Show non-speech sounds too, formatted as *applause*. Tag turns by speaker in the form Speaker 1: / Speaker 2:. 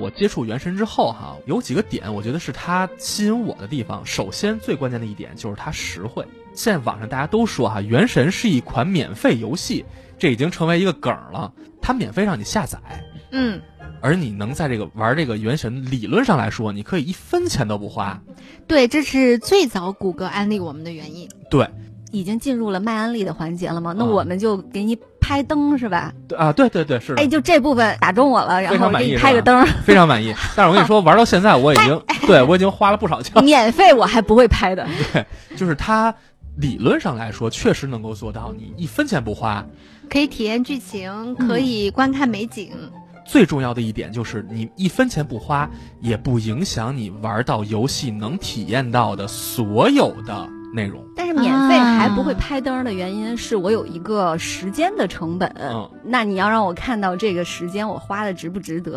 Speaker 1: 我接触原神之后哈、有几个点我觉得是它吸引我的地方。首先最关键的一点就是它实惠。现在网上大家都说哈、原神是一款免费游戏，这已经成为一个梗儿了。它免费让你下载，
Speaker 2: 嗯，
Speaker 1: 而你能在这个玩这个原神，理论上来说，你可以一分钱都不花。
Speaker 2: 对，这是最早谷歌安利我们的原因。
Speaker 1: 对，
Speaker 3: 已经进入了卖安利的环节了吗？那
Speaker 1: 嗯
Speaker 3: 我们就给你拍灯是吧？
Speaker 1: 对啊，对对对，是的
Speaker 3: 哎，，就这部分打中我了，然
Speaker 1: 非
Speaker 3: 后
Speaker 1: 常
Speaker 3: 我
Speaker 1: 满
Speaker 3: 给
Speaker 1: 意
Speaker 3: 你
Speaker 1: 是
Speaker 3: 拍个
Speaker 1: 吧
Speaker 3: 灯儿， *laughs*
Speaker 1: 非常满意。但是我跟你说，玩到现在我已经，对我已经花了不少钱了。
Speaker 3: 免费我还不会拍的。
Speaker 1: 就是它理论上来说，确实能够做到你一分钱不花。
Speaker 2: 可以体验剧情，可以观看美景。
Speaker 1: 最重要的一点就是，你一分钱不花，也不影响你玩到游戏能体验到的所有的内容。
Speaker 3: 但是免费
Speaker 2: 啊
Speaker 3: 还不会拍灯儿的原因是我有一个时间的成本。
Speaker 1: 嗯
Speaker 3: 那你要让我看到这个时间我花的值不值得？